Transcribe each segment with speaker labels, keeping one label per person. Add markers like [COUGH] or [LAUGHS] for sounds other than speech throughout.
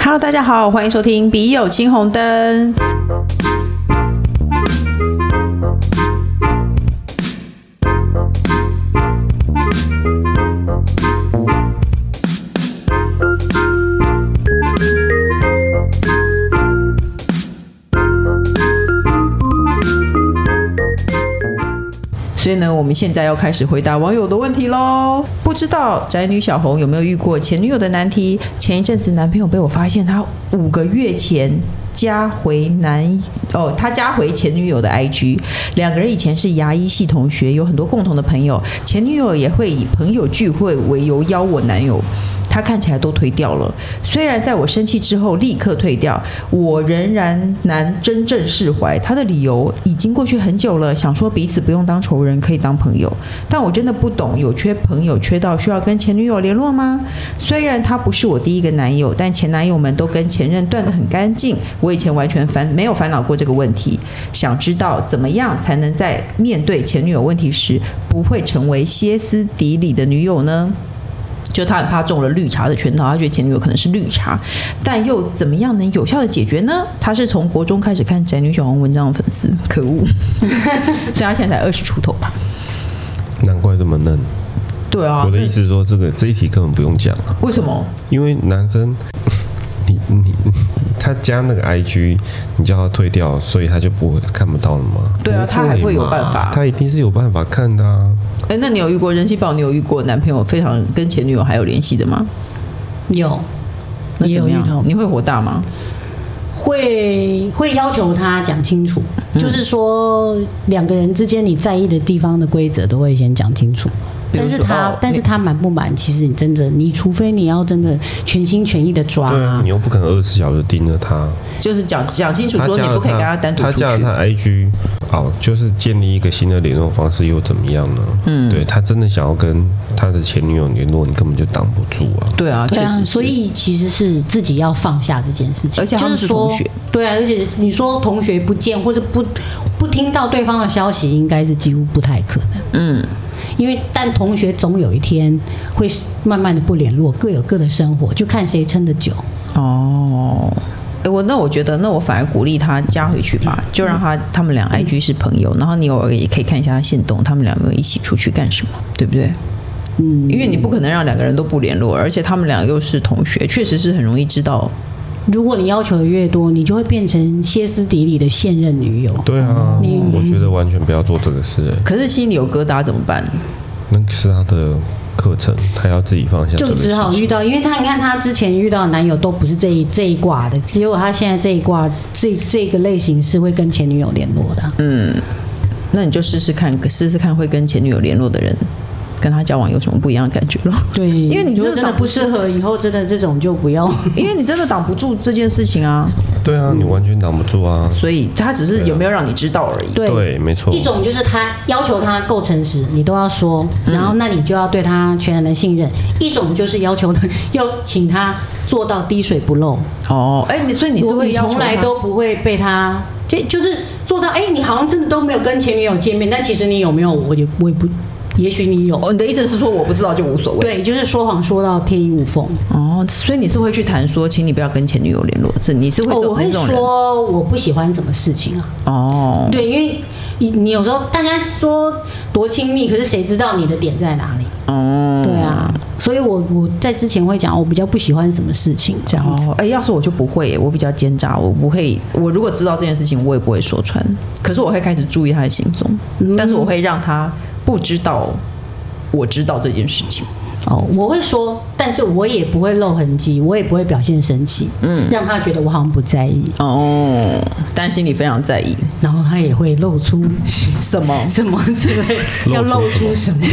Speaker 1: Hello，大家好，欢迎收听《笔友青红灯》。所以呢，我们现在要开始回答网友的问题喽。不知道宅女小红有没有遇过前女友的难题？前一阵子男朋友被我发现他五个月前加回男哦，他加回前女友的 IG，两个人以前是牙医系同学，有很多共同的朋友。前女友也会以朋友聚会为由邀我男友。他看起来都推掉了，虽然在我生气之后立刻退掉，我仍然难真正释怀。他的理由已经过去很久了，想说彼此不用当仇人，可以当朋友。但我真的不懂，有缺朋友缺到需要跟前女友联络吗？虽然他不是我第一个男友，但前男友们都跟前任断得很干净。我以前完全烦没有烦恼过这个问题。想知道怎么样才能在面对前女友问题时，不会成为歇斯底里的女友呢？就他很怕中了绿茶的圈套，他觉得前女友可能是绿茶，但又怎么样能有效的解决呢？他是从国中开始看宅女小红文章的粉丝，可恶，
Speaker 2: [LAUGHS]
Speaker 1: 所以他现在才二十出头吧？
Speaker 3: 难怪这么嫩。
Speaker 1: 对啊，
Speaker 3: 我的意思是说，这个这一题根本不用讲啊，
Speaker 1: 为什么？
Speaker 3: 因为男生， [LAUGHS] 你你他加那个 IG，你叫他退掉，所以他就不会看不到了吗？
Speaker 1: 对啊，
Speaker 3: 不
Speaker 1: 他还会有
Speaker 3: 嘛
Speaker 1: 办法。
Speaker 3: 他一定是有办法看的啊。
Speaker 1: 哎，那你有遇过人气宝？你有遇过男朋友非常跟前女友还有联系的吗？
Speaker 2: 有，
Speaker 1: 那
Speaker 2: 也
Speaker 1: 怎
Speaker 2: 有
Speaker 1: 么
Speaker 2: 遇到
Speaker 1: 样？你会火大吗？
Speaker 2: 会会要求他讲清楚，
Speaker 1: 嗯
Speaker 2: 就是说两个人之间你在意的地方的规则都会先讲清楚。
Speaker 1: 比如
Speaker 2: 但
Speaker 1: 说
Speaker 2: 是他，
Speaker 1: 哦
Speaker 2: 但是他满不满，其实你真的，你除非你要真的全心全意的抓、
Speaker 3: 对啊，你又不可能二十四小时盯着他。
Speaker 1: 就是讲讲清楚
Speaker 3: 他
Speaker 1: 说你
Speaker 3: 加
Speaker 1: 不
Speaker 3: 了
Speaker 1: 可以跟他
Speaker 3: 他，
Speaker 1: 单独
Speaker 3: 他
Speaker 1: 出去
Speaker 3: 加。了他 IG，哦，就是建立一个新的联络方式又怎么样呢？嗯，对他真的想要跟他的前女友联络，你根本就挡不住啊。
Speaker 1: 对啊，
Speaker 2: 对
Speaker 1: 确实
Speaker 2: 啊，
Speaker 1: 是，
Speaker 2: 所以其实是自己要放下这件事情，
Speaker 1: 而且他
Speaker 2: 就
Speaker 1: 们是
Speaker 2: 是说
Speaker 1: 同学，
Speaker 2: 对啊，而且你说同学不见或者不不听到对方的消息，应该是几乎不太可能。嗯，因为但同学总有一天会慢慢的不联络，各有各的生活，就看谁撑得久。
Speaker 1: 哦，哎，我那我觉得，那我反而鼓励他加回去
Speaker 2: 嗯
Speaker 1: 吧，就让他他们俩 IG 是朋友，然后你偶尔也可以看一下他线动，他们俩有没有一起出去干什么，对不对？嗯，因为你不可能让两个人都不联络，而且他们俩又是同学，确实是很容易知道。
Speaker 2: 如果你要求的越多，你就会变成歇斯底里的现任女友。
Speaker 3: 对啊，我觉得完全不要做这个事、欸，
Speaker 1: 可是心里有疙瘩怎么办？
Speaker 3: 那个是他的课程，他要自己放下这个
Speaker 2: 就
Speaker 3: 事情。
Speaker 2: 只好遇到，因为她你看她之前遇到的男友都不是这一这一卦的，只有她现在这一卦这这个类型是会跟前女友联络的啊、
Speaker 1: 那你就试试看，试试看会跟前女友联络的人，跟他交往有什么不一样的感觉
Speaker 2: [LAUGHS]
Speaker 1: 咯？
Speaker 2: 对，因
Speaker 1: 为你
Speaker 2: 如果
Speaker 1: 真的
Speaker 2: 真
Speaker 1: 挡
Speaker 2: 的
Speaker 1: 不
Speaker 2: 不适合，以后真的这种就不 [LAUGHS] 要。
Speaker 1: 因为你真的挡不住这件事情啊，
Speaker 3: 对啊，你完全挡不住啊。
Speaker 1: 所以他只是有没有让你知道而已。
Speaker 2: 对，
Speaker 3: 对，没错
Speaker 2: 一。种就是他要求他够诚实，你都要说，然后那你就要对他全然的信任；一种就是要求他要请他做到滴水不漏，
Speaker 1: 哦，哎，你所以你是
Speaker 2: 我
Speaker 1: 会要求
Speaker 2: 从来
Speaker 1: 他
Speaker 2: 都不会被他，就就是做到，哎、你好像真的都没有跟前女友见面，但其实你有没有，我也我也不，也许你有，
Speaker 1: 哦，你的意思是说我不知道就无所谓？。
Speaker 2: 对，就是说谎说到天衣无缝。
Speaker 1: 哦，所以你是会去谈说，请你不要跟前女友联络，是你是会
Speaker 2: 哦，
Speaker 1: 走
Speaker 2: 我会
Speaker 1: 这种人
Speaker 2: 说我不喜欢什么事情啊，
Speaker 1: 哦，
Speaker 2: 对，因为你你有时候大家说多亲密，可是谁知道你的点在哪里？
Speaker 1: 哦，
Speaker 2: 对啊，所以我我在之前会讲，我比较不喜欢什么事情这样子。
Speaker 1: 哦，哎、要是我就不会耶，我比较奸诈，我不会。我如果知道这件事情，我也不会说穿。可是我会开始注意他的行踪，
Speaker 2: 嗯
Speaker 1: 但是我会让他不知道我知道这件事情。
Speaker 2: 哦，我会说，但是我也不会露痕迹，我也不会表现生气，嗯，让他觉得我好像不在意。
Speaker 1: 哦，但心里非常在意
Speaker 2: 然后他也会露出
Speaker 1: 什么？
Speaker 2: [LAUGHS] 什么之类，
Speaker 3: 露出
Speaker 2: [LAUGHS] 要露出什么？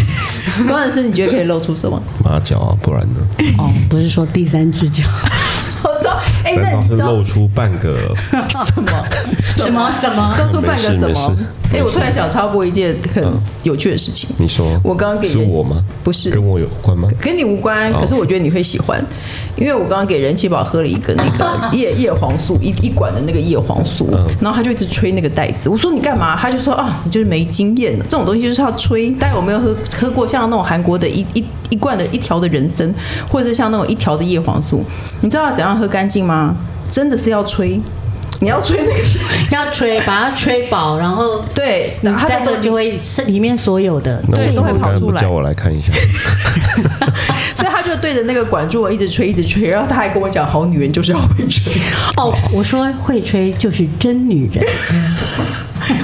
Speaker 1: 关键是你觉得可以露出什么？
Speaker 3: 马脚啊，不然呢？
Speaker 2: 哦，不是说第三只脚，
Speaker 1: [LAUGHS] 我知道，哎、
Speaker 3: 难
Speaker 1: 那
Speaker 3: 道
Speaker 1: 你
Speaker 3: 是
Speaker 1: 知道
Speaker 3: 露出半个？
Speaker 1: 什么？
Speaker 2: [LAUGHS] 什么什么？
Speaker 1: 露出半个什
Speaker 3: 没事
Speaker 1: 么
Speaker 3: 没事？
Speaker 1: 哎、我
Speaker 3: 没事
Speaker 1: 突然想插播一件很有趣的事情。
Speaker 3: 你说，
Speaker 1: 我刚刚给你
Speaker 3: 是我吗？
Speaker 1: 不是
Speaker 3: 跟我有关吗？
Speaker 1: 跟你无关，
Speaker 3: 哦
Speaker 1: 可是我觉得你会喜欢，因为我刚刚给人气宝喝了一个那
Speaker 2: [LAUGHS]
Speaker 1: 个叶叶黄素一一管的那个叶黄素，
Speaker 3: 嗯
Speaker 1: 然后他就一直吹那个袋子。我说你干嘛？他就说啊，你就是没经验这种东西就是要吹。大家有没有喝喝过像那种韩国的一一一罐的一条的人参，或者是像那种一条的叶黄素？你知道怎样喝干净吗？真的是要吹，你要吹那个。
Speaker 2: [LAUGHS] 要吹，把它吹饱，然后
Speaker 1: 对，
Speaker 2: 你
Speaker 1: 然后它
Speaker 2: 再
Speaker 1: 都
Speaker 2: 喝就会是里面所有的。
Speaker 3: 那为
Speaker 1: 对
Speaker 3: 什
Speaker 1: 都
Speaker 3: 么
Speaker 1: 会
Speaker 3: 刚
Speaker 1: 跑
Speaker 3: 才
Speaker 1: 出
Speaker 3: 不
Speaker 1: 来
Speaker 3: 叫我来看一下？
Speaker 1: [LAUGHS] 所以他就对着那个管柱一直吹，一直吹，然后他还跟我讲，好女人就是要会吹。 [LAUGHS]
Speaker 2: 哦，我说会吹就是真女人，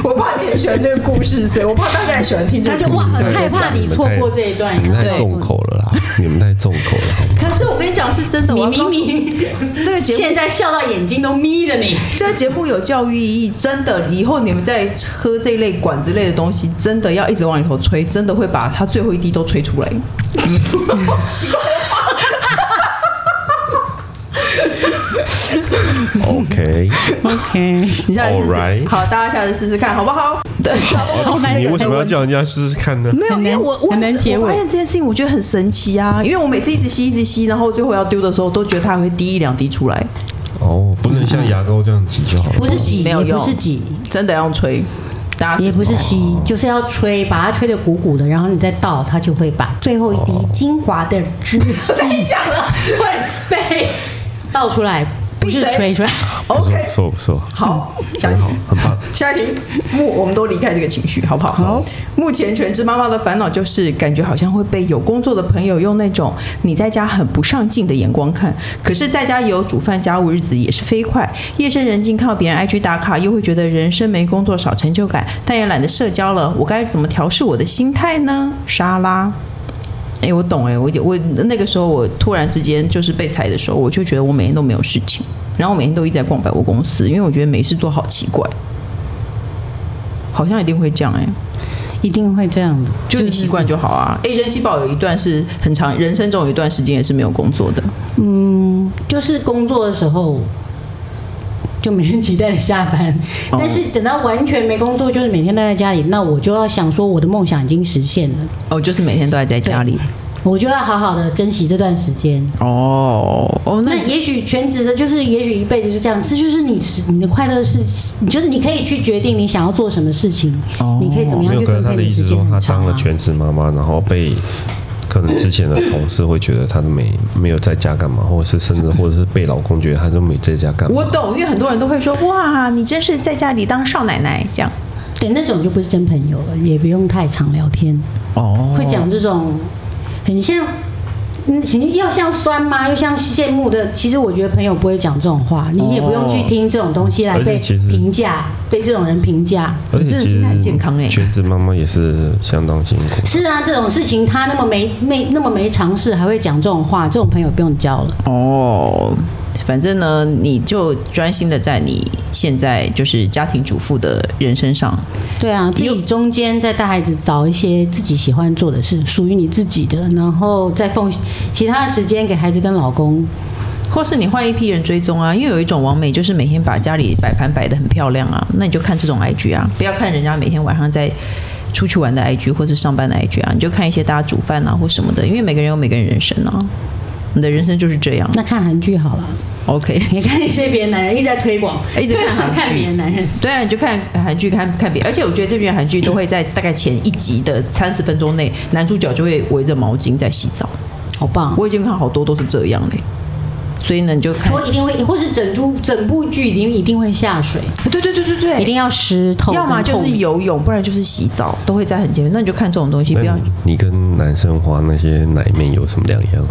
Speaker 1: 我怕你很喜欢这个故事，所以我怕大家也喜欢听这
Speaker 2: 他
Speaker 1: 个
Speaker 2: 就
Speaker 1: 故
Speaker 2: 哇
Speaker 1: 事。
Speaker 2: 很害怕你错过这一段。
Speaker 3: 你们太重口了啦！ [LAUGHS] 你们太重口了，好吗？
Speaker 1: 可是我跟你讲是真 [LAUGHS] 的，我要
Speaker 2: 你明
Speaker 1: 告诉
Speaker 2: 明
Speaker 1: 这个节目
Speaker 2: 现在笑到眼睛都眯着你，
Speaker 1: 这个节目有教育意义，真的，以后你们在喝这一类管子类的东西，真的要一直往里头吹，真的会把它最后一滴都吹出来。
Speaker 3: OK，
Speaker 2: [LAUGHS]
Speaker 1: 你下次试
Speaker 3: Alright
Speaker 1: 试，好，大家下次试试看，好不好？对，
Speaker 2: 好难
Speaker 3: 你为什么要叫人家试试看呢？
Speaker 1: 没有，因
Speaker 2: 很难
Speaker 1: 为我我
Speaker 2: 很难结尾
Speaker 1: 我发现这件事情我觉得很神奇啊，因为我每次一直吸一直吸，然后最后要丢的时候，都觉得它会滴一两滴出来，
Speaker 3: 哦，不能像牙膏这样挤就好了。
Speaker 2: 不是挤，
Speaker 1: 没
Speaker 2: 也
Speaker 1: 有用哦
Speaker 2: 不是挤，
Speaker 1: 真的要用吹，大家试 [LAUGHS]
Speaker 2: 也
Speaker 1: 试
Speaker 2: 不是吸，就是要吹，把它吹得鼓鼓的，然后你再倒，它就会把最后一滴精华的汁 [LAUGHS]
Speaker 1: 你讲了，
Speaker 2: 会被倒出来， [LAUGHS] 不是
Speaker 1: 闭嘴
Speaker 2: 吹
Speaker 1: [LAUGHS]
Speaker 2: 出来。
Speaker 3: 不
Speaker 1: OK，
Speaker 3: 错不错，
Speaker 1: 好，下一
Speaker 3: 很
Speaker 1: 题
Speaker 3: 好，很棒。
Speaker 1: 下一题，目我们都离开这个情绪，好不好？好。目前全职妈妈的烦恼就是，感觉好像会被有工作的朋友用那种你在家很不上进的眼光看，可是在家也有煮饭家务，日子也是飞快。夜深人静看到别人 IG 打卡，又会觉得人生没工作少成就感，但也懒得社交了。我该怎么调试我的心态呢？沙拉。哎、我懂哎、我我那个时候我突然之间就是被裁的时候，我就觉得我每天都没有事情，然后我每天都一直在逛百货公司，因为我觉得没事做好奇怪，好像一定会这样哎、
Speaker 2: 一定会这样的，
Speaker 1: 就你习惯就好啊。哎、人气宝有一段是很长，人生中有一段时间也是没有工作的，
Speaker 2: 就是工作的时候就每天期待着下班，
Speaker 1: 哦
Speaker 2: 但是等到完全没工作，就是每天待在家里，那我就要想说我的梦想已经实现了，
Speaker 1: 哦，就是每天都待在家里。
Speaker 2: 我就要好好的珍惜这段时间。
Speaker 1: 哦哦，那
Speaker 2: 那也许全职的，就是也许一辈子就这样，这就是你你的快乐是，就是你可以去决定你想要做什么事情，你可以怎
Speaker 3: 哦
Speaker 2: 么
Speaker 3: 没
Speaker 2: 样
Speaker 3: 有，
Speaker 2: 去
Speaker 3: 可
Speaker 2: 分
Speaker 3: 是他
Speaker 2: 配
Speaker 3: 的
Speaker 2: 你
Speaker 3: 意思
Speaker 2: 时
Speaker 3: 是
Speaker 2: 间
Speaker 3: 说，
Speaker 2: 很
Speaker 3: 他
Speaker 2: 长
Speaker 3: 当了
Speaker 2: 啊。
Speaker 3: 全职妈妈，然后被可能之前的同事会觉得他都没没有在家干嘛，或者是甚至或者是被老公觉得他都没在家干嘛
Speaker 1: 我。懂，因为很多人都会说哇，你真是在家里当少奶奶这样。
Speaker 2: 对，那种就不是真朋友了，也不用太常聊天。
Speaker 1: 哦
Speaker 2: 会讲这种很像，嗯，情要像酸吗？又像羡慕的。其实我觉得朋友不会讲这种话，你也不用去听这种东西来
Speaker 3: 而且
Speaker 2: 被
Speaker 3: 其实
Speaker 2: 评价，被这种人评价。
Speaker 3: 而且
Speaker 1: 真的
Speaker 3: 其
Speaker 1: 心态
Speaker 3: 实
Speaker 1: 很健康欸
Speaker 3: 全职妈妈也是相当辛苦。
Speaker 2: 是啊，这种事情他那么没没那么没尝试，还会讲这种话，这种朋友不用交了。
Speaker 1: 哦，反正呢，你就专心的在你现在就是家庭主妇的人身上。
Speaker 2: 对啊，自己中间再带孩子找一些自己喜欢做的事，属于你自己的，然后再奉其他的时间给孩子跟老公。
Speaker 1: 或是你换一批人追踪啊，因为有一种完美就是每天把家里摆盘摆得很漂亮啊，那你就看这种 IG 啊，不要看人家每天晚上在出去玩的 IG 或是上班的 IG 啊，你就看一些大家煮饭啊或什么的，因为每个人有每个人人生啊，你的人生就是这样。
Speaker 2: 那看韩剧好了，
Speaker 1: OK，
Speaker 2: 你看一些别的男人一直在推广，
Speaker 1: 一直看
Speaker 2: 推广
Speaker 1: 韩剧
Speaker 2: [LAUGHS] 看别的男人。
Speaker 1: 对啊，你就看韩剧，看看别，而且我觉得这边韩剧都会在大概前一集的三十分钟内，男主角就会围着毛巾在洗澡。
Speaker 2: 好棒！啊
Speaker 1: 我已经看好多都是这样的，所以呢，你就看
Speaker 2: 说，一定会，或是整株整部剧一定一定会下水，
Speaker 1: 对对对对对，
Speaker 2: 一定要湿透跟
Speaker 1: 哎要
Speaker 2: 透明，
Speaker 1: 么就是游泳，不然就是洗澡，都会在很前面。那你就看这种东西，
Speaker 3: 那
Speaker 1: 不要
Speaker 3: 你你跟男生花那些奶妹有什么两样？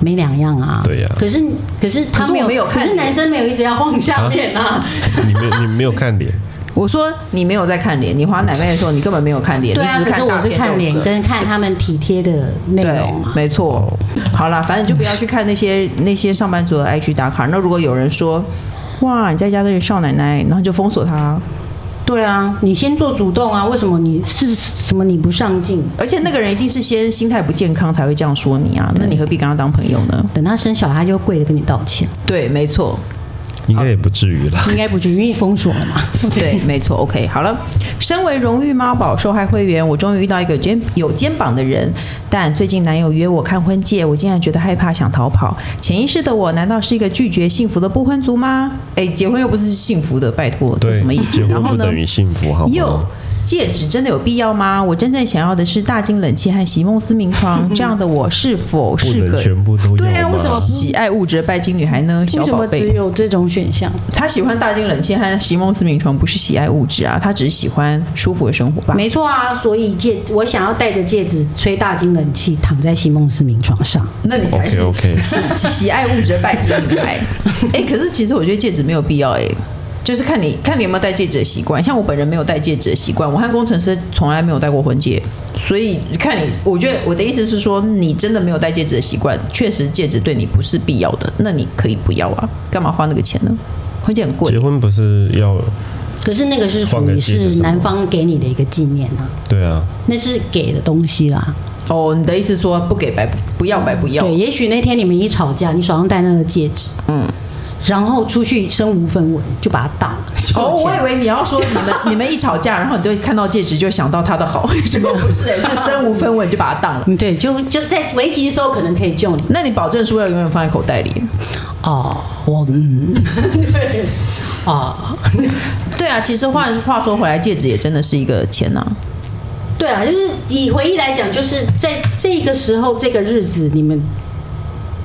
Speaker 2: 没两样啊。
Speaker 3: 对呀
Speaker 2: 可是可是
Speaker 1: 可
Speaker 2: 他
Speaker 1: 是我
Speaker 2: 没有，
Speaker 1: 没有看
Speaker 2: 是男生没有一直要晃下面啊。
Speaker 3: [LAUGHS] 你没有你没有看脸，
Speaker 1: 我说你没有在看脸，你滑奶妹的时候，你根本没有看脸，
Speaker 2: [LAUGHS] 对啊，
Speaker 1: 你只
Speaker 2: 可是
Speaker 1: 看
Speaker 2: 我
Speaker 1: 大
Speaker 2: 是
Speaker 1: 片
Speaker 2: 看脸
Speaker 1: 肉色
Speaker 2: 跟看他们体贴的内
Speaker 1: 对
Speaker 2: 容啊，。
Speaker 1: 没错。好啦，反正你就不要去看那些那些上班族的 IG 打卡。那如果有人说，哇，你在家这里少奶奶，然后就封锁他。
Speaker 2: 对啊，你先做主动啊，为什么你是什么你不上进？
Speaker 1: 而且那个人一定是先心态不健康才会这样说你啊，那你何必跟他当朋友呢？ [LAUGHS]
Speaker 2: 等他生小孩，他就跪着跟你道歉。
Speaker 1: 对，没错。
Speaker 3: 应该也不至于啦。
Speaker 2: 应该不至于，因为封锁了嘛。
Speaker 1: [LAUGHS] 对，没错。OK，好了。身为荣誉妈宝受害会员，我终于遇到一个肩有肩膀的人。但最近男友约我看婚戒，我竟然觉得害怕，想逃跑。潜意识的我，难道是一个拒绝幸福的不婚族吗？哎，结婚又不是幸福的，拜托，这
Speaker 3: 对，
Speaker 1: 什么意思
Speaker 3: 结？
Speaker 1: 然
Speaker 3: 婚
Speaker 1: 后
Speaker 3: 不
Speaker 1: 呢
Speaker 3: 等？于幸福，好不
Speaker 1: 哟
Speaker 3: 好？，
Speaker 1: 戒指真的有必要吗？我真正想要的是大金冷气和席梦思名床。 [LAUGHS] 这样的我是否
Speaker 3: 不
Speaker 1: 是
Speaker 3: 能
Speaker 1: 个
Speaker 3: 全部都要
Speaker 2: 对啊为什么
Speaker 3: 嘛。
Speaker 1: 喜爱物质的拜金女孩呢？小
Speaker 2: 为什
Speaker 1: 宝
Speaker 2: 么
Speaker 1: 贝
Speaker 2: 只。有这种选项？
Speaker 1: 他喜欢大金冷气和席梦思名床，不是喜爱物质啊，他只是喜欢舒服的生活吧。
Speaker 2: 没错啊，所以戒指，我想要戴着戒指吹大金冷气，躺在席梦思明床上。
Speaker 1: 那你才是
Speaker 3: OK，OK
Speaker 1: 喜喜 [LAUGHS] 喜爱物质的拜金女孩。哎、可是其实我觉得戒指没有必要哎、就是看你看你有没有戴戒指的习惯。像我本人没有戴戒指的习惯，我和工程师从来没有戴过婚戒，所以看你，我觉得我的意思是说，你真的没有戴戒指的习惯，确实戒指对你不是必要的，那你可以不要啊，干嘛花那个钱呢？婚戒很贵
Speaker 3: 结，婚不是要
Speaker 2: 可是那个是属
Speaker 3: 换个
Speaker 2: 于
Speaker 3: 戒指
Speaker 2: 是
Speaker 3: 什么
Speaker 2: 男方给你的一个纪念啊，
Speaker 3: 对啊，
Speaker 2: 那是给的东西啦。
Speaker 1: 哦，你的意思说不给白不不要白不要，
Speaker 2: 对，也许那天你们一吵架，你手上戴那个戒指，嗯，然后出去身无分文，就把它当了。
Speaker 1: [LAUGHS] 哦，
Speaker 2: 收起
Speaker 1: 我
Speaker 2: 来
Speaker 1: 以为你要说你 [LAUGHS] 们你们一吵架，然后你就会看到戒指就想到他的好， [LAUGHS] 结果不是、是身无分文就把它当了。
Speaker 2: 嗯，对，就就在危急的时候可能可以救你。
Speaker 1: 那你保证书要永远放在口袋里？
Speaker 2: 哦，我嗯， [LAUGHS] 哦，
Speaker 1: 对啊，其实话话说回来，戒指也真的是一个钱呐、啊
Speaker 2: 对啊，就是以回忆来讲，就是在这个时候这个日子，你们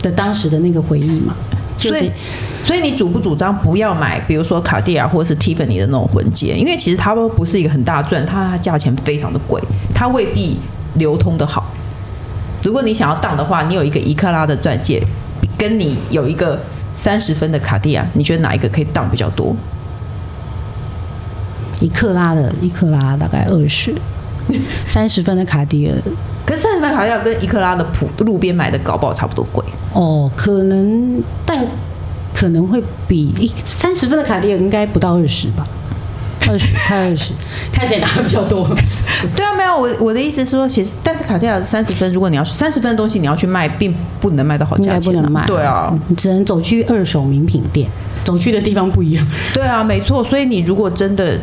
Speaker 2: 的当时的那个回忆嘛，就
Speaker 1: 所
Speaker 2: 是
Speaker 1: 以，所以你主不主张不要买，比如说卡地亚或是 Tiffany 的那种婚戒，因为其实它都不是一个很大的钻，它价钱非常的贵，它未必流通的好。如果你想要当的话，你有一个一克拉的钻戒，跟你有一个三十分的卡地亚，你觉得哪一个可以当比较多？
Speaker 2: 一克拉的，一克拉大概二十。 [LAUGHS] 三十分的卡地尔，
Speaker 1: 可是三十分卡地亚跟一克拉的普路边买的搞不好差不多贵。
Speaker 2: 哦，可能，但可能会比三十分的卡地尔应该不到二十吧，二十看
Speaker 1: [LAUGHS]
Speaker 2: 二十，看谁拿的比较多。
Speaker 1: 对啊，没有我我的意思是说，其实但是卡地亚三十分，如果你要三十分的东西你要去卖，并不能卖到好
Speaker 2: [LAUGHS] 应
Speaker 1: 价
Speaker 2: 该不
Speaker 1: 钱、啊，
Speaker 2: 能卖，
Speaker 1: 对啊，
Speaker 2: 你只能走去二手名品店，走去的地方不一样。
Speaker 1: 对啊，没错。所以你如果真的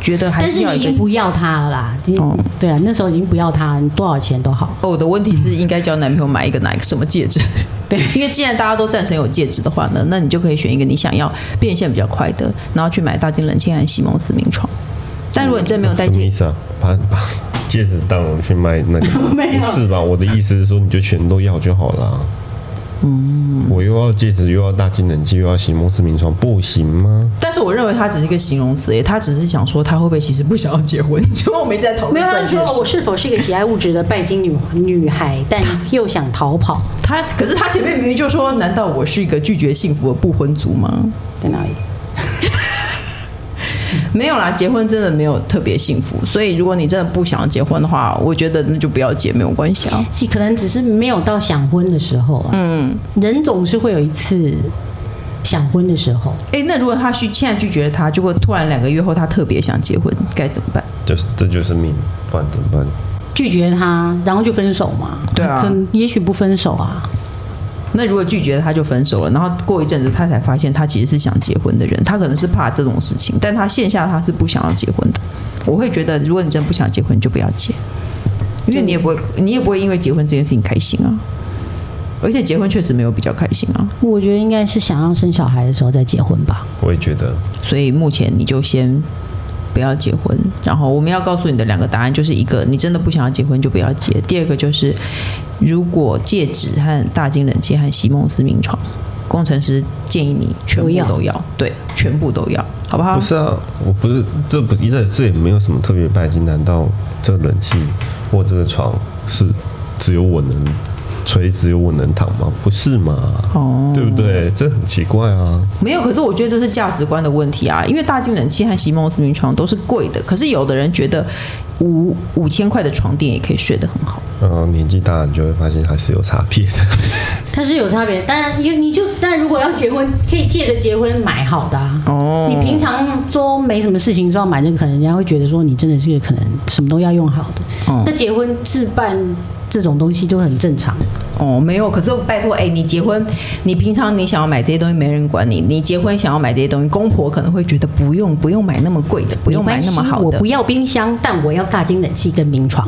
Speaker 1: 觉得还
Speaker 2: 但
Speaker 1: 是
Speaker 2: 是
Speaker 1: 要
Speaker 2: 你已
Speaker 1: 一
Speaker 2: 经
Speaker 1: 个。
Speaker 2: 不要它了啦，已经、
Speaker 1: 哦
Speaker 2: 对啊，那时候已经不要它了，你多少钱都好。
Speaker 1: 哦，我的问题是应该叫男朋友买一个哪一个什么戒指？ [LAUGHS] 对，因为既然大家都赞成有戒指的话呢，那你就可以选一个你想要变现比较快的，然后去买大金冷清和席梦思名床。但如果你真的没有戴
Speaker 3: 什么
Speaker 1: 戒
Speaker 3: 意
Speaker 1: 指，
Speaker 3: 思啊？把把戒指当我去卖那个
Speaker 1: [LAUGHS]
Speaker 2: 没有
Speaker 3: 不是吧？我的意思是说，你就全都要就好啦。嗯，我又要戒指，又要大金冷气，又要席梦思名床，不行吗？
Speaker 1: 但是我认为它只是一个形容词耶，他只是想说他会不会其实不想要结婚，结果我们一直在讨论
Speaker 2: 啊
Speaker 1: 钻戒的事。
Speaker 2: 是否是一个喜爱物质的拜金女女孩，但又想逃跑
Speaker 1: 他可是他前面明明就说，难道我是一个拒绝幸福的不婚族吗？
Speaker 2: 在哪里？
Speaker 1: 没有啦，结婚真的没有特别幸福，所以如果你真的不想结婚的话，我觉得那就不要结，没有关系啊。
Speaker 2: 可能只是没有到想婚的时候啊。嗯，人总是会有一次想婚的时候。
Speaker 1: 诶，那如果他拒现在拒绝了他，结果突然两个月后他特别想结婚，该怎么办？
Speaker 3: 就是这就是命，不然怎么办？
Speaker 2: 拒绝他，然后就分手嘛？
Speaker 1: 对啊
Speaker 2: 可也许不分手啊。
Speaker 1: 那如果拒绝了他就分手了，然后过一阵子他才发现他其实是想结婚的人，他可能是怕这种事情，但他线下他是不想要结婚的。我会觉得，如果你真的不想结婚，你就不要结，因为你也不会，你也不会因为结婚这件事情开心啊。而且结婚确实没有比较开心啊，
Speaker 2: 我觉得应该是想要生小孩的时候再结婚吧。
Speaker 3: 我也觉得，
Speaker 1: 所以目前你就先不要结婚。然后我们要告诉你的两个答案，就是一个你真的不想要结婚就不要结，第二个就是如果戒指和大金冷气和席梦思名床，工程师建议你全部
Speaker 2: 都要
Speaker 1: 都要，对，全部都要，好不好
Speaker 3: 嗯不？是啊，我不是这不这这也没有什么特别拜金，难道这冷气或这个床是只有我能吹，只有我能躺吗？不是嘛？
Speaker 1: 哦，
Speaker 3: 对不对？这很奇怪啊。
Speaker 1: 没有，可是我觉得这是价值观的问题啊，因为大金冷气和席梦思名床都是贵的，可是有的人觉得五五千块的床垫也可以睡得很好。
Speaker 3: 嗯，年纪大了你就会发现还是有差别的。 [LAUGHS]
Speaker 2: 但是有差别，当然你你就但如果要结婚，可以借着结婚买好的啊。
Speaker 1: 哦
Speaker 2: 你平常说没什么事情说要买这个，可能人家会觉得说你真的是个可能什么都要用好的。
Speaker 1: 哦
Speaker 2: 那结婚置办这种东西就很正常。
Speaker 1: 哦，没有。可是拜托，哎、你结婚，你平常你想要买这些东西，没人管你。你结婚想要买这些东西，公婆可能会觉得不用，不用买那么贵的，不用买那么好
Speaker 2: 没关系我
Speaker 1: 的
Speaker 2: 不。要冰箱，但我要大金冷气跟明床。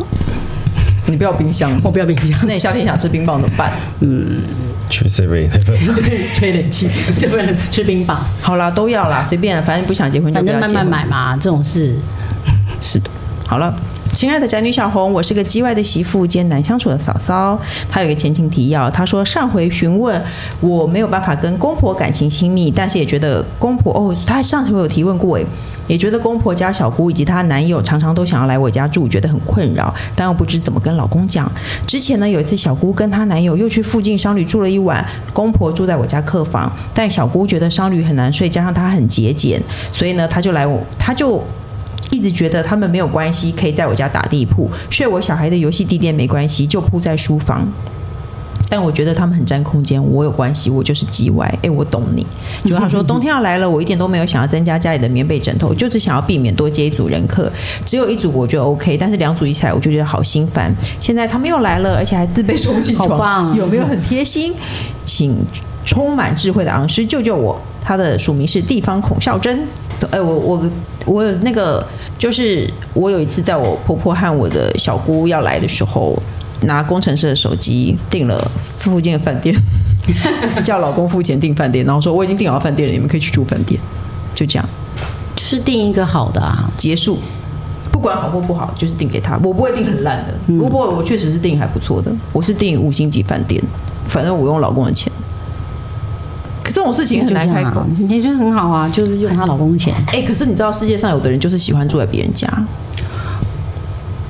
Speaker 1: 你不要冰箱，
Speaker 2: 我不要冰箱，
Speaker 1: 那你夏天想吃冰棒怎么办？
Speaker 3: 去 Seven Eleven
Speaker 2: [LAUGHS] 吹冷气，对不对？吃冰棒，
Speaker 1: 好啦，都要啦，随便，反正不想结婚就
Speaker 2: 反
Speaker 1: 不要
Speaker 2: 正慢
Speaker 1: 结
Speaker 2: 慢
Speaker 1: 婚
Speaker 2: 买嘛，这种事。
Speaker 1: 是的，好了。亲爱的宅女小红，我是个叽歪的媳妇兼难相处的嫂嫂。她有一个前情提要，她说上回询问我没有办法跟公婆感情亲密，但是也觉得公婆哦，她上次我有提问过诶，也觉得公婆加小姑以及她男友常常都想要来我家住，觉得很困扰，但又不知怎么跟老公讲。之前呢，有一次小姑跟她男友又去附近商旅住了一晚，公婆住在我家客房，但小姑觉得商旅很难睡，加上她很节俭，所以呢，她就来我，她就一直觉得他们没有关系，可以在我家打地铺，睡我小孩的游戏地垫没关系，就铺在书房。但我觉得他们很占空间，我有关系，我就是叽歪。哎、我懂你。就他
Speaker 2: [LAUGHS]
Speaker 1: 说冬天要来了，我一点都没有想要增加家里的棉被枕头，就是想要避免多接一组人客。只有一组我觉得 OK，但是两组一起来我就觉得好心烦。现在他们又来了，而且还自备充气床，
Speaker 2: 好棒
Speaker 1: 有没有很贴心？请充满智慧的昂师救救我。他的署名是地方孔孝真。哎、我我我有那个就是我有一次在我婆婆和我的小姑要来的时候，拿工程师的手机订了附近的饭店， [LAUGHS] 叫老公付钱订饭店，然后说我已经订好饭店了，你们可以去住饭店，就这样
Speaker 2: 就是定一个好的啊，
Speaker 1: 结束。不管好或不好，就是订给他。我不会订很烂的，
Speaker 2: 嗯
Speaker 1: 不过我确实是订还不错的，我是订五星级饭店，反正我用老公的钱。可这种事情很
Speaker 2: 就这
Speaker 1: 难开
Speaker 2: 样
Speaker 1: 口
Speaker 2: 啊。，你就很好啊，就是用她老公的钱，
Speaker 1: 哎、可是你知道，世界上有的人就是喜欢住在别人家，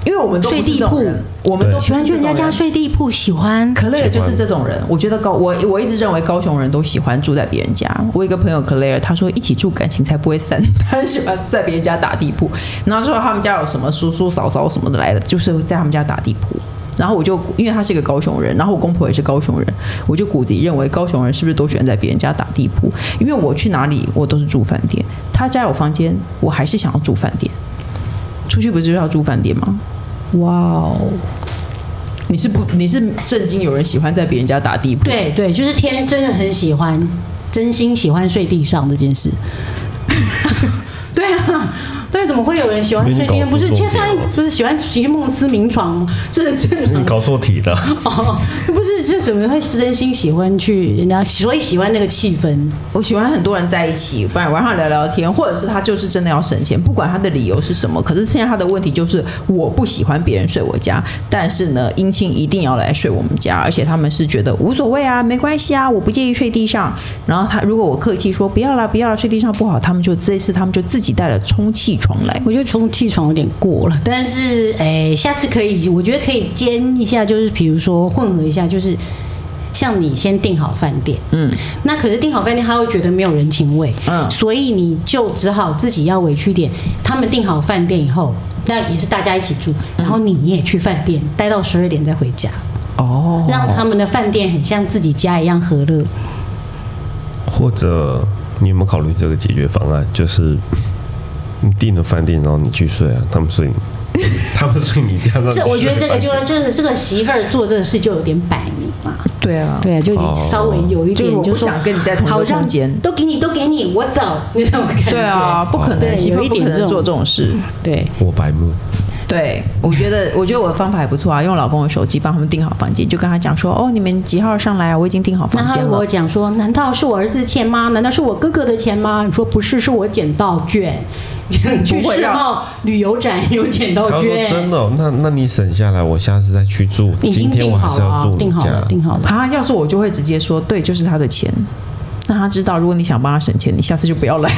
Speaker 1: 因为我们都不是
Speaker 2: 睡地
Speaker 1: 这种
Speaker 2: 铺
Speaker 1: 人我们
Speaker 3: 对
Speaker 1: 都不是
Speaker 2: 喜欢去人家
Speaker 1: 这种
Speaker 2: 家
Speaker 1: 人。
Speaker 2: 睡地铺，喜欢。
Speaker 1: 可乐也就是这种人，我觉得高我我一直认为高雄人都喜欢住在别人家。我有一个朋友克莱尔，他说一起住感情才不会散， [LAUGHS] 他很喜欢在别人家打地铺。然后之后他们家有什么叔叔嫂嫂什么的来的，就是在他们家打地铺。然后我就因为他是一个高雄人，然后我公婆也是高雄人，我就骨子里认为高雄人是不是都喜欢在别人家打地铺？因为我去哪里我都是住饭店，他家有房间，我还是想要住饭店。出去不是就要住饭店吗？哇哦！你是不你是震惊有人喜欢在别人家打地铺？，
Speaker 2: 对对，就是天真的很喜欢，真心喜欢睡地上这件 [LAUGHS] 事。对啊，对，怎么会有人喜欢睡地
Speaker 3: 你搞
Speaker 2: 上？
Speaker 3: 错
Speaker 2: 不是天上
Speaker 3: 点了
Speaker 2: 不是喜欢席梦思名床吗？这很正常
Speaker 3: 你 [LAUGHS] 搞错题了，
Speaker 2: 哦， [LAUGHS] 不是，这怎么会真心喜欢去人家？所以喜欢那个气氛，
Speaker 1: 我喜欢很多人在一起，不然晚上聊聊天，或者是他就是真的要省钱，不管他的理由是什么。可是现在他的问题就是我不喜欢别人睡我家，但是呢，姻亲一定要来睡我们家，而且他们是觉得无所谓啊，没关系啊，我不介意睡地上。然后他如果我客气说不要啦，不要啦，睡地上不好，他们就这一次他们就自己带了充气床来。
Speaker 2: 我觉得充气床有点过了。但是，哎，下次可以，我觉得可以兼一下，就是比如说混合一下，就是像你先订好饭店，
Speaker 1: 嗯
Speaker 2: 那可是订好饭店，他会觉得没有人情味，
Speaker 1: 嗯
Speaker 2: 所以你就只好自己要委屈一点。他们订好饭店以后，那也是大家一起住，
Speaker 1: 嗯
Speaker 2: 然后你也去饭店待到十二点再回家，
Speaker 1: 哦
Speaker 2: 让他们的饭店很像自己家一样和乐。
Speaker 3: 或者你有没有考虑这个解决方案？就是你订了饭店，然后你去睡啊，他们睡你， [LAUGHS] 他们睡你家，让你
Speaker 2: 这我觉得这个
Speaker 3: 睡
Speaker 2: 就
Speaker 3: 饭店
Speaker 2: 真的是个媳妇儿做这个事就有点摆明了。
Speaker 1: 对啊，
Speaker 2: 对啊，就
Speaker 3: 哦
Speaker 2: 你稍微有一
Speaker 1: 就是
Speaker 2: 点
Speaker 1: 我不
Speaker 2: 说
Speaker 1: 想跟你在同一个
Speaker 2: 好让
Speaker 1: 空间
Speaker 2: 都给你，都给你，我走那种感觉。
Speaker 1: 对啊，，不可能，
Speaker 2: 对
Speaker 1: 媳妇
Speaker 2: 有一
Speaker 1: 不可
Speaker 2: 点
Speaker 1: 能
Speaker 2: 这种
Speaker 1: 做这种事。
Speaker 2: 对，
Speaker 3: 我白目，
Speaker 1: 对，我觉得我觉得我的方法还不错啊，用老公的手机帮他们订好房间，就跟他讲说，哦，你们几号上来啊？我已经订好
Speaker 2: 那
Speaker 1: 房
Speaker 2: 他
Speaker 1: 间
Speaker 2: 如
Speaker 1: 了
Speaker 2: 果。讲说，难道是我儿子的钱吗？难道是我哥哥的钱吗？你说不是，是我捡到券， [LAUGHS] 去
Speaker 1: 不会啊
Speaker 2: 世
Speaker 1: 让
Speaker 2: 贸旅游展有捡到
Speaker 3: 他说
Speaker 2: 券。
Speaker 3: 真的哦、那那你省下来，我下次再去住。
Speaker 2: 已
Speaker 3: 今
Speaker 2: 经
Speaker 3: 天我
Speaker 2: 定
Speaker 3: 还
Speaker 2: 好
Speaker 3: 是
Speaker 2: 了
Speaker 3: 要
Speaker 2: 啊，
Speaker 3: 住你
Speaker 2: 定好
Speaker 3: 家
Speaker 2: 了，。定好了。
Speaker 1: 啊，要是我就会直接说，对，就是他的钱，让他知道，如果你想帮他省钱，你下次就不要来。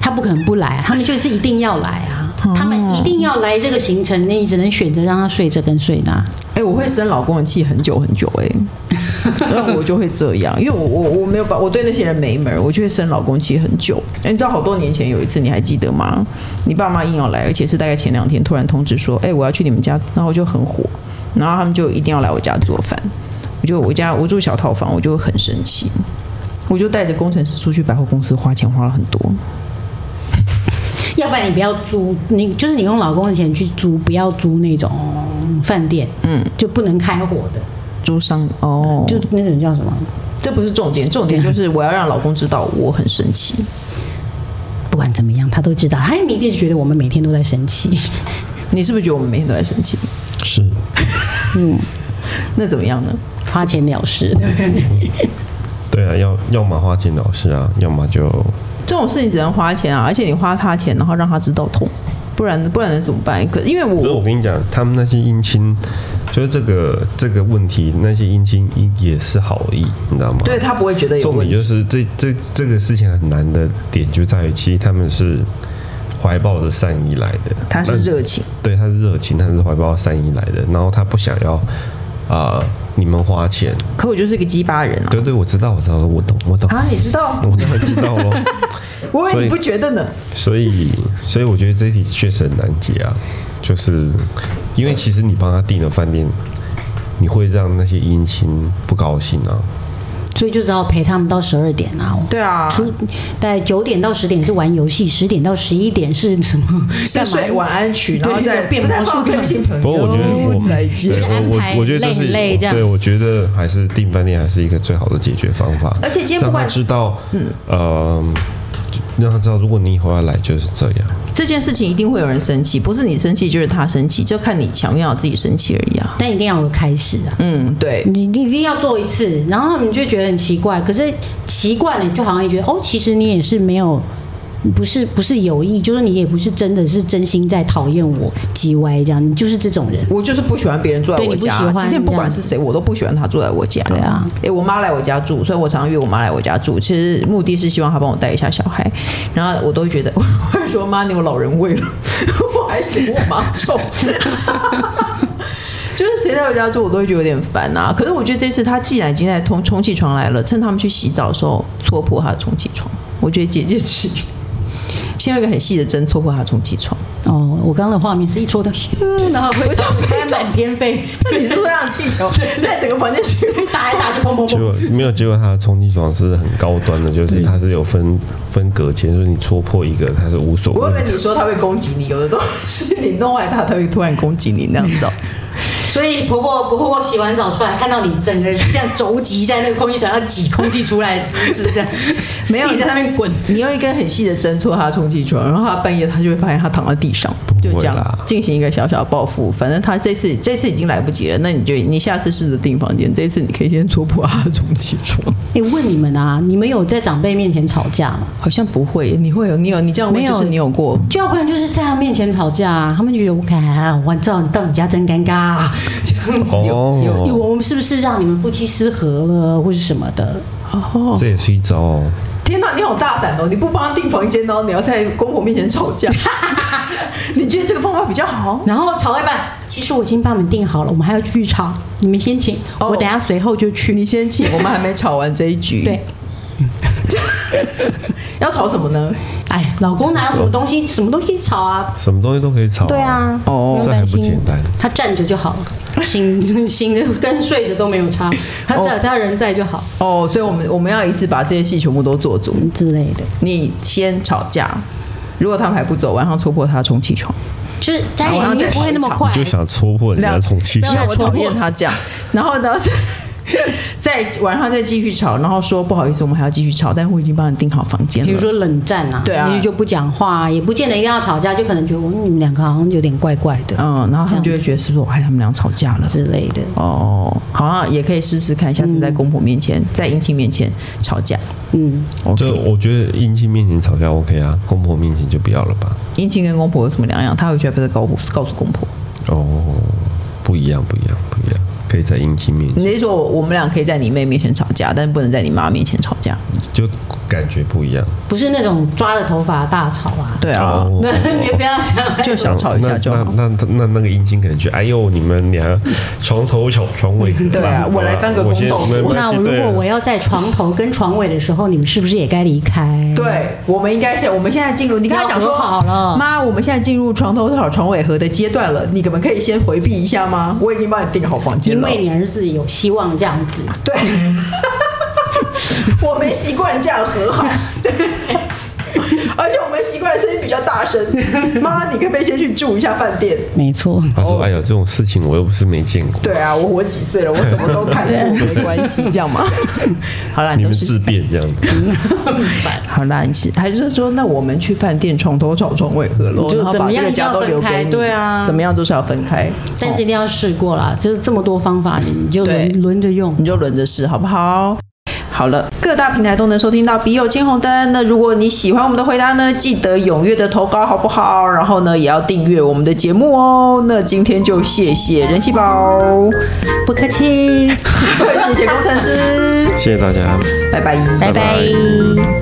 Speaker 2: 他不可能不来、啊，他们就是一定要来啊，他们一定要来这个行程，那你只能选择让他睡这跟睡那。
Speaker 1: 哎、我会生老公的气很久很久、哎，那我就会这样，因为我我我没有把我对那些人没门儿，我就会生老公气很久。哎、你知道好多年前有一次，你还记得吗？你爸妈硬要来，而且是大概前两天突然通知说，哎、我要去你们家，然后我就很火，然后他们就一定要来我家做饭，我就我家我住小套房，我就很生气，我就带着工程师出去百货公司花钱花了很多。
Speaker 2: 要不然你不要租，你就是你用老公的钱去租，不要租那种饭店，嗯，就不能开火的，
Speaker 1: 朱商哦，
Speaker 2: 就
Speaker 1: 就
Speaker 2: 那种叫什么？
Speaker 1: 这不是重点，重点就是我要让老公知道我很生气。
Speaker 2: 不管怎么样，他都知道，他一定是觉得我们每天都在生气。 [LAUGHS]
Speaker 1: 你是不是觉得我们每天都在生气？
Speaker 3: 是
Speaker 1: 那怎么样呢？
Speaker 2: 花钱了
Speaker 1: [LAUGHS]
Speaker 2: 事，
Speaker 3: 对啊，要要么花钱老师啊，要么就
Speaker 1: 这种事情只能花钱啊，而且你花他钱，然后让他知道痛，不然不然能怎么办？可因为
Speaker 3: 可是
Speaker 1: 我
Speaker 3: 我跟你讲，他们那些姻亲，就是这个这个问题，那些姻亲也是好意，你知道吗？
Speaker 1: 对他不会觉得有
Speaker 3: 重
Speaker 1: 问
Speaker 3: 点
Speaker 1: 题，
Speaker 3: 就是这这这个事情很难的点就在于，其实他们是怀抱着善意来的，
Speaker 1: 他是
Speaker 3: 那
Speaker 1: 热情，
Speaker 3: 对，他是热情，他是怀抱善意来的，然后他不想要啊、呃你们花钱，
Speaker 1: 可我就是一个鸡巴人啊！
Speaker 3: 对对，我知道，我知道，我懂，我懂，
Speaker 1: 啊，你知道？
Speaker 3: 我当然知道哦，
Speaker 1: 我以为
Speaker 3: 所
Speaker 1: 你
Speaker 3: 以
Speaker 1: 不觉得呢。
Speaker 3: 所以所以我觉得这一题确实很难解啊，就是因为其实你帮他订了饭店，你会让那些姻亲不高兴啊，
Speaker 2: 所以就只好陪他们到十二点啊。
Speaker 1: 对啊，
Speaker 2: 出大概九点到十点是玩游戏，十点到十一点是什么？
Speaker 1: 是睡晚安曲，然
Speaker 2: 对
Speaker 1: 后再
Speaker 2: 变
Speaker 1: 不再
Speaker 2: 魔术
Speaker 1: 放
Speaker 2: 变
Speaker 1: 开心朋友，
Speaker 3: 不过我觉得
Speaker 1: 哎
Speaker 3: 我们
Speaker 1: 再
Speaker 3: 对
Speaker 1: 见。
Speaker 3: 我
Speaker 2: 安排
Speaker 3: 我我觉得这是
Speaker 2: 累不累这样
Speaker 3: 对，我觉得还是订饭店还是一个最好的解决方法。
Speaker 1: 而且今天呃不
Speaker 3: 让
Speaker 1: 管
Speaker 3: 他知道，呃，让他知道，如果你以后要来就是这样。
Speaker 1: 这件事情一定会有人生气，不是你生气就是他生气，就看你想不想自己生气而已啊。
Speaker 2: 但一定要有开始啊！
Speaker 1: 嗯，对，
Speaker 2: 你你一定要做一次，然后你就觉得很奇怪，可是奇怪了，你就好像也觉得哦，其实你也是没有，不是不是有意，就是你也不是真的是真心在讨厌我叽歪这样，你就是这种人。
Speaker 1: 我就是不喜欢别人住在
Speaker 2: 对
Speaker 1: 我
Speaker 2: 你不
Speaker 1: 家
Speaker 2: 喜欢，
Speaker 1: 今天不管是谁，我都不喜欢他住在我家。
Speaker 2: 对啊，
Speaker 1: 诶，我妈来我家住，所以我常常约我妈来我家住。其实目的是希望她帮我带一下小孩，然后我都觉得，我 [LAUGHS] 会说妈，你有老人味了， [LAUGHS] 我还嫌我妈臭。 [LAUGHS] 就是谁在我家住，我都会觉得有点烦啊。可是我觉得这次她既然已经在通充气床来了，趁他们去洗澡的时候戳破她的充气床，我觉得姐姐气。先用一个很细的针戳破她的充气床，
Speaker 2: 哦，我刚刚的画面是一戳到，咻然后会
Speaker 1: 我就
Speaker 2: 拍满天飞，
Speaker 1: 那你是不是让气球在整个房间去
Speaker 2: [LAUGHS] 打一打就砰砰
Speaker 3: 结
Speaker 2: 砰。
Speaker 3: 果没有，结果他的充气床是很高端的，就是它是有分分隔间，就是你戳破一个，它是无所
Speaker 1: 我以
Speaker 3: 谓
Speaker 1: 为
Speaker 3: 的。
Speaker 1: 你说他会攻击你，有的东西你弄坏它，它会突然攻击你那样
Speaker 2: [LAUGHS]
Speaker 1: 子、哦。
Speaker 2: [LAUGHS] 所以婆婆婆婆洗完澡出来，看到你整个人这样肘击在那个空气床，要挤空气出来的姿势，这样
Speaker 1: 没有
Speaker 2: [LAUGHS] 自己在那边滚。
Speaker 1: 你用一根很细的针戳他的充气床，然后他半夜他就会发现他躺在地上，
Speaker 3: 会
Speaker 1: 就
Speaker 3: 啦
Speaker 1: 这样进行一个小小的报复。反正他这次这次已经来不及了，那你就你下次试着订房间，这次你可以先戳破他的充气床。
Speaker 2: 哎、问你们啊，你们有在长辈面前吵架吗？
Speaker 1: 好像不会，你会有你有你这样问
Speaker 2: 没有
Speaker 1: 就是你有过，
Speaker 2: 就要不然就是在他面前吵架、啊，他们就觉得我看我知道你到你家真尴尬、啊，这样子。因为
Speaker 3: 哦，
Speaker 2: 我们是不是让你们夫妻失和了，或是什么的？
Speaker 1: 哦，
Speaker 3: 这也是一招哦。
Speaker 1: 天哪，你好大胆哦！你不帮他订房间，然哦后你要在公婆面前吵
Speaker 2: [LAUGHS]
Speaker 1: 架，你觉得这个方法比较好？
Speaker 2: 然后吵一半，其实我已经帮你们定好了，我们还要继续吵，你们先请，
Speaker 1: 哦
Speaker 2: 我等下随后就去。
Speaker 1: 你先请，我们还没吵完这一局。
Speaker 2: 对，，
Speaker 1: 要吵什么呢？
Speaker 2: 哎，老公哪有什么东西，什么东西吵啊？
Speaker 3: 什么东西都可以吵、
Speaker 2: 对啊，
Speaker 1: 哦
Speaker 2: 不用
Speaker 3: 这还
Speaker 2: 担
Speaker 3: 不
Speaker 2: 心
Speaker 3: 简单。
Speaker 2: 他站着就好了，醒醒着跟睡着都没有差，他只要他人在就好
Speaker 1: 哦，所以我们我们要一次把这些戏全部都做足。
Speaker 2: 之类的。
Speaker 1: 你先吵架，如果他们还不走，晚上戳破他的充气床，
Speaker 2: 就是家里
Speaker 1: 好
Speaker 2: 明明不会那么快啊
Speaker 3: 你，就想戳破人家充气
Speaker 2: 不
Speaker 3: 床
Speaker 2: 要，
Speaker 1: 让我
Speaker 2: 戳
Speaker 1: 讨
Speaker 2: 破
Speaker 1: 厌他这样， [LAUGHS] 然后呢？再晚上再继续吵，然后说不好意思，我们还要继续吵，但我已经帮你订好房间了。
Speaker 2: 比如说冷战啊，
Speaker 1: 对啊
Speaker 2: 也许就不讲话、啊，也不见得一定要吵架，就可能觉得我你们两个好像有点怪怪的、
Speaker 1: 嗯，然后他们
Speaker 2: 这
Speaker 1: 就会
Speaker 2: 样子
Speaker 1: 觉得是不是我害他们俩吵架了？
Speaker 2: 之类的。
Speaker 1: 哦，好啊，也可以试试看，下次在公婆面前、在姻亲面前吵架。
Speaker 2: 嗯，
Speaker 1: OK，
Speaker 3: 就我觉得姻亲面前吵架 OK 啊，公婆面前就不要了吧。
Speaker 1: 姻亲跟公婆有什么两样？他回去还不是告告诉公婆？
Speaker 3: 哦，不一样，不一样，不一样，可以在姻亲面前
Speaker 1: 你是说我我们俩可以在你妹面前吵架，但不能在你妈面前吵架？
Speaker 3: 就感觉不一样。
Speaker 2: 不是那种抓着头发大吵啊。
Speaker 1: 对啊，
Speaker 3: 哦
Speaker 2: 那你不要想，
Speaker 1: 就小吵一下就好。
Speaker 3: 那那那那那个姻亲可能觉得，哎呦，你们俩床头吵床尾和啦。
Speaker 1: [LAUGHS] 对啊
Speaker 3: 好吧
Speaker 1: 我来当个
Speaker 3: 我先
Speaker 1: 公道
Speaker 3: 没关
Speaker 2: 那
Speaker 3: 系
Speaker 2: 我如
Speaker 3: 对啊
Speaker 2: 果我要在床头跟床尾的时候，你们是不是也该离开？，
Speaker 1: 对，我们应该是，我们现在进入，你跟他讲说
Speaker 2: 要和好了
Speaker 1: 妈，我们现在进入床头吵床尾和的阶段了，你可不可以先回避一下吗？我已经帮你订好房间
Speaker 2: 因
Speaker 1: 了
Speaker 2: 为。你儿子有希望这样子。
Speaker 1: 对， [LAUGHS] [LAUGHS] 我们习惯这样和好，而且我们习惯声音比较较大声，妈，你可不可以先去住一下饭店？
Speaker 2: 没错，
Speaker 3: 他说：“哎呀，这种事情我又不是没见过，
Speaker 1: 对啊，我我几岁了，我什么都看过，没关系，这样嘛。 [LAUGHS] 好啦，
Speaker 3: 你
Speaker 1: 都
Speaker 3: 们
Speaker 1: 是
Speaker 3: 自便这样子。
Speaker 1: 好啦，你是还是说，那我们去饭店床头吵床尾和喽，
Speaker 2: 就
Speaker 1: 然后
Speaker 2: 怎
Speaker 1: 把
Speaker 2: 么
Speaker 1: 这
Speaker 2: 样
Speaker 1: 个
Speaker 2: 一定
Speaker 1: 家
Speaker 2: 要
Speaker 1: 都
Speaker 2: 分
Speaker 1: 留给
Speaker 2: 开
Speaker 1: 你，
Speaker 4: 对啊
Speaker 1: 怎么样都是要分开，
Speaker 2: 但
Speaker 1: 哦
Speaker 2: 是一定要试过啦，就是这么多方法，你就
Speaker 1: 对
Speaker 2: 轮轮着用。
Speaker 1: 你就轮着试，好不好？好了，各大平台都能收听到《笔友青红灯》。那如果你喜欢我们的回答呢，记得踊跃的投稿，好不好？然后呢，也要订阅我们的节目哦。那今天就谢谢人气宝，
Speaker 2: 不客气，
Speaker 1: [LAUGHS] 谢谢工程师，
Speaker 3: 谢谢大家，
Speaker 1: 拜拜，
Speaker 3: 拜拜
Speaker 2: 拜